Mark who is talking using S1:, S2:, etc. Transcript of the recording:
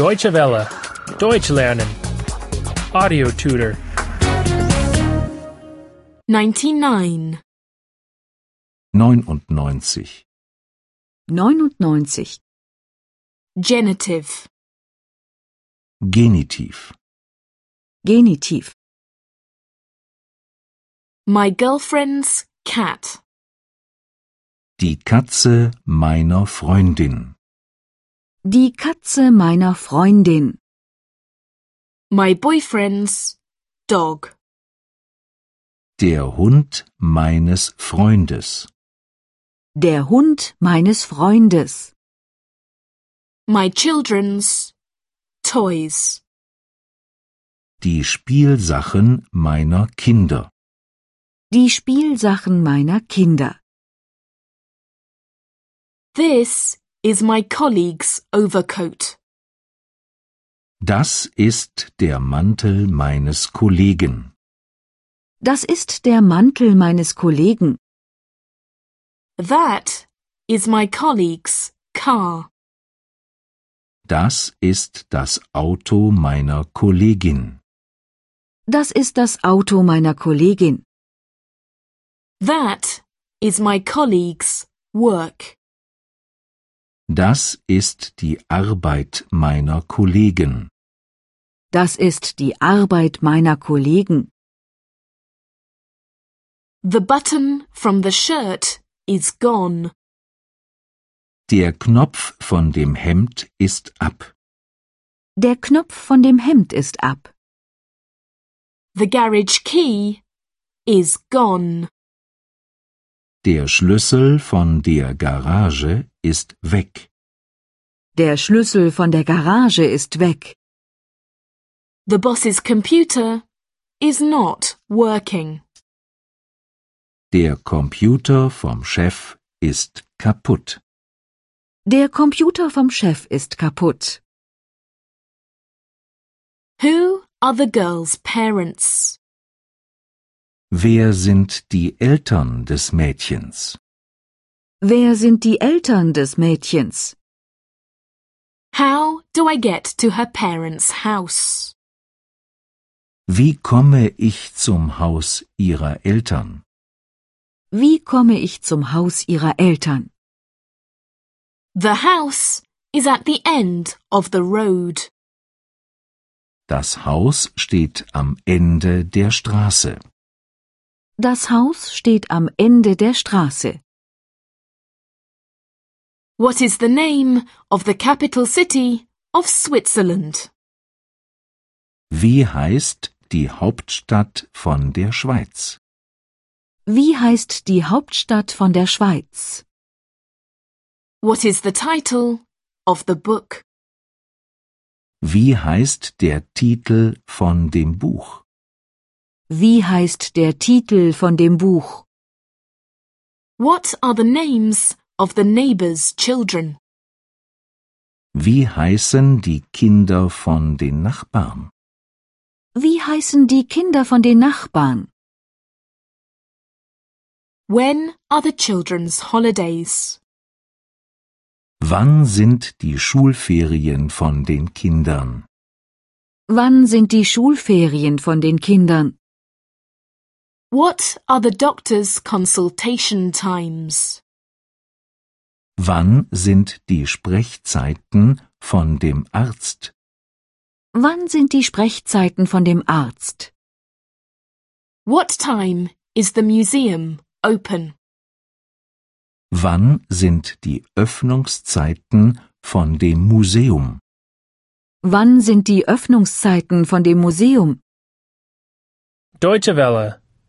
S1: Deutsche Welle. Deutsch lernen. Audio tutor.
S2: 99.
S3: 99.
S4: 99.
S2: Genitive.
S3: Genitiv.
S4: Genitiv.
S2: My girlfriend's cat.
S3: Die Katze meiner Freundin.
S4: Die Katze meiner Freundin.
S2: My boyfriend's dog.
S3: Der Hund meines Freundes.
S4: Der Hund meines Freundes.
S2: My children's toys.
S3: Die Spielsachen meiner Kinder.
S4: Die Spielsachen meiner Kinder.
S2: This is my colleague's overcoat.
S3: Das ist der Mantel meines Kollegen.
S4: Das ist der Mantel meines Kollegen.
S2: That is my colleague's car.
S3: Das ist das Auto meiner Kollegin.
S4: Das ist das Auto meiner Kollegin.
S2: That is my colleague's work.
S3: Das ist die Arbeit meiner Kollegen.
S4: Das ist die Arbeit meiner Kollegen.
S2: The button from the shirt is gone.
S3: Der Knopf von dem Hemd ist ab.
S4: Der Knopf von dem Hemd ist ab.
S2: The garage key is gone.
S3: Der Schlüssel von der Garage ist weg.
S4: Der Schlüssel von der Garage ist weg.
S2: The boss's computer is not working.
S3: Der Computer vom Chef ist kaputt.
S4: Der Computer vom Chef ist kaputt.
S2: Who are the girls' parents?
S3: Wer sind die Eltern des Mädchens?
S4: Wer sind die Eltern des Mädchens?
S2: How do I get to her parents' house?
S3: Wie komme ich zum Haus ihrer Eltern?
S4: Wie komme ich zum Haus ihrer Eltern?
S2: The house is at the end of the road.
S3: Das Haus steht am Ende der Straße.
S4: Das Haus steht am Ende der Straße.
S2: What is the name of the capital city of Switzerland?
S3: Wie heißt die Hauptstadt von der Schweiz?
S4: Wie heißt die Hauptstadt von der Schweiz?
S2: What is the title of the book?
S3: Wie heißt der Titel von dem Buch?
S4: Wie heißt der Titel von dem Buch?
S2: What are the names of the neighbours' children?
S3: Wie heißen die Kinder von den Nachbarn?
S4: Wie heißen die Kinder von den Nachbarn?
S2: When are the children's holidays?
S3: Wann sind die Schulferien von den Kindern?
S4: Wann sind die Schulferien von den Kindern?
S2: What are the doctor's consultation times?
S3: Wann sind die Sprechzeiten von dem Arzt?
S4: Wann sind die Sprechzeiten von dem Arzt?
S2: What time is the museum open?
S3: Wann sind die Öffnungszeiten von dem Museum?
S4: Wann sind die Öffnungszeiten von dem Museum?
S1: Deutsche Welle.